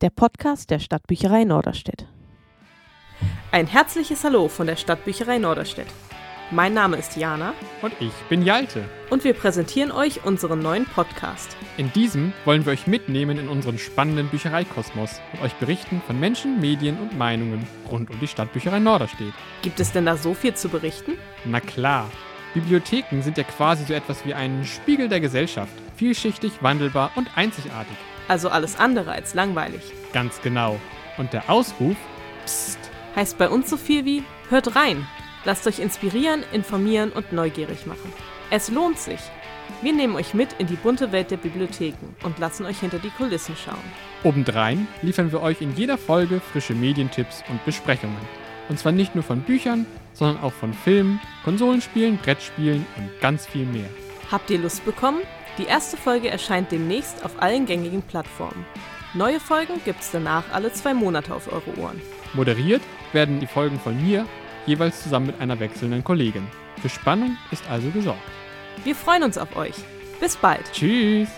der Podcast der Stadtbücherei Norderstedt. Ein herzliches Hallo von der Stadtbücherei Norderstedt. Mein Name ist Jana Und ich bin Jalte. und wir präsentieren euch unseren neuen Podcast. In diesem wollen wir euch mitnehmen in unseren spannenden Büchereikosmos und euch berichten von Menschen, Medien und Meinungen rund um die Stadtbücherei Norderstedt. Gibt es denn da so viel zu berichten? Na klar, Bibliotheken sind ja quasi so etwas wie ein Spiegel der Gesellschaft. Vielschichtig, wandelbar und einzigartig. Also alles andere als langweilig. Ganz genau. Und der Ausruf, psst, Heißt bei uns so viel wie hört rein. Lasst euch inspirieren, informieren und neugierig machen. Es lohnt sich. Wir nehmen euch mit in die bunte Welt der Bibliotheken und lassen euch hinter die Kulissen schauen. obendrein liefern wir euch in jeder Folge frische Medientipps und Besprechungen. Und zwar nicht nur von Büchern, sondern auch von Filmen, Konsolenspielen, Brettspielen und ganz viel mehr. Habt ihr Lust bekommen? Die erste Folge erscheint demnächst auf allen gängigen Plattformen. Neue Folgen gibt's danach alle zwei Monate auf eure Ohren. Moderiert werden die Folgen von mir jeweils zusammen mit einer wechselnden Kollegin. Für Spannung ist also gesorgt. Wir freuen uns auf euch. Bis bald! Tschüss!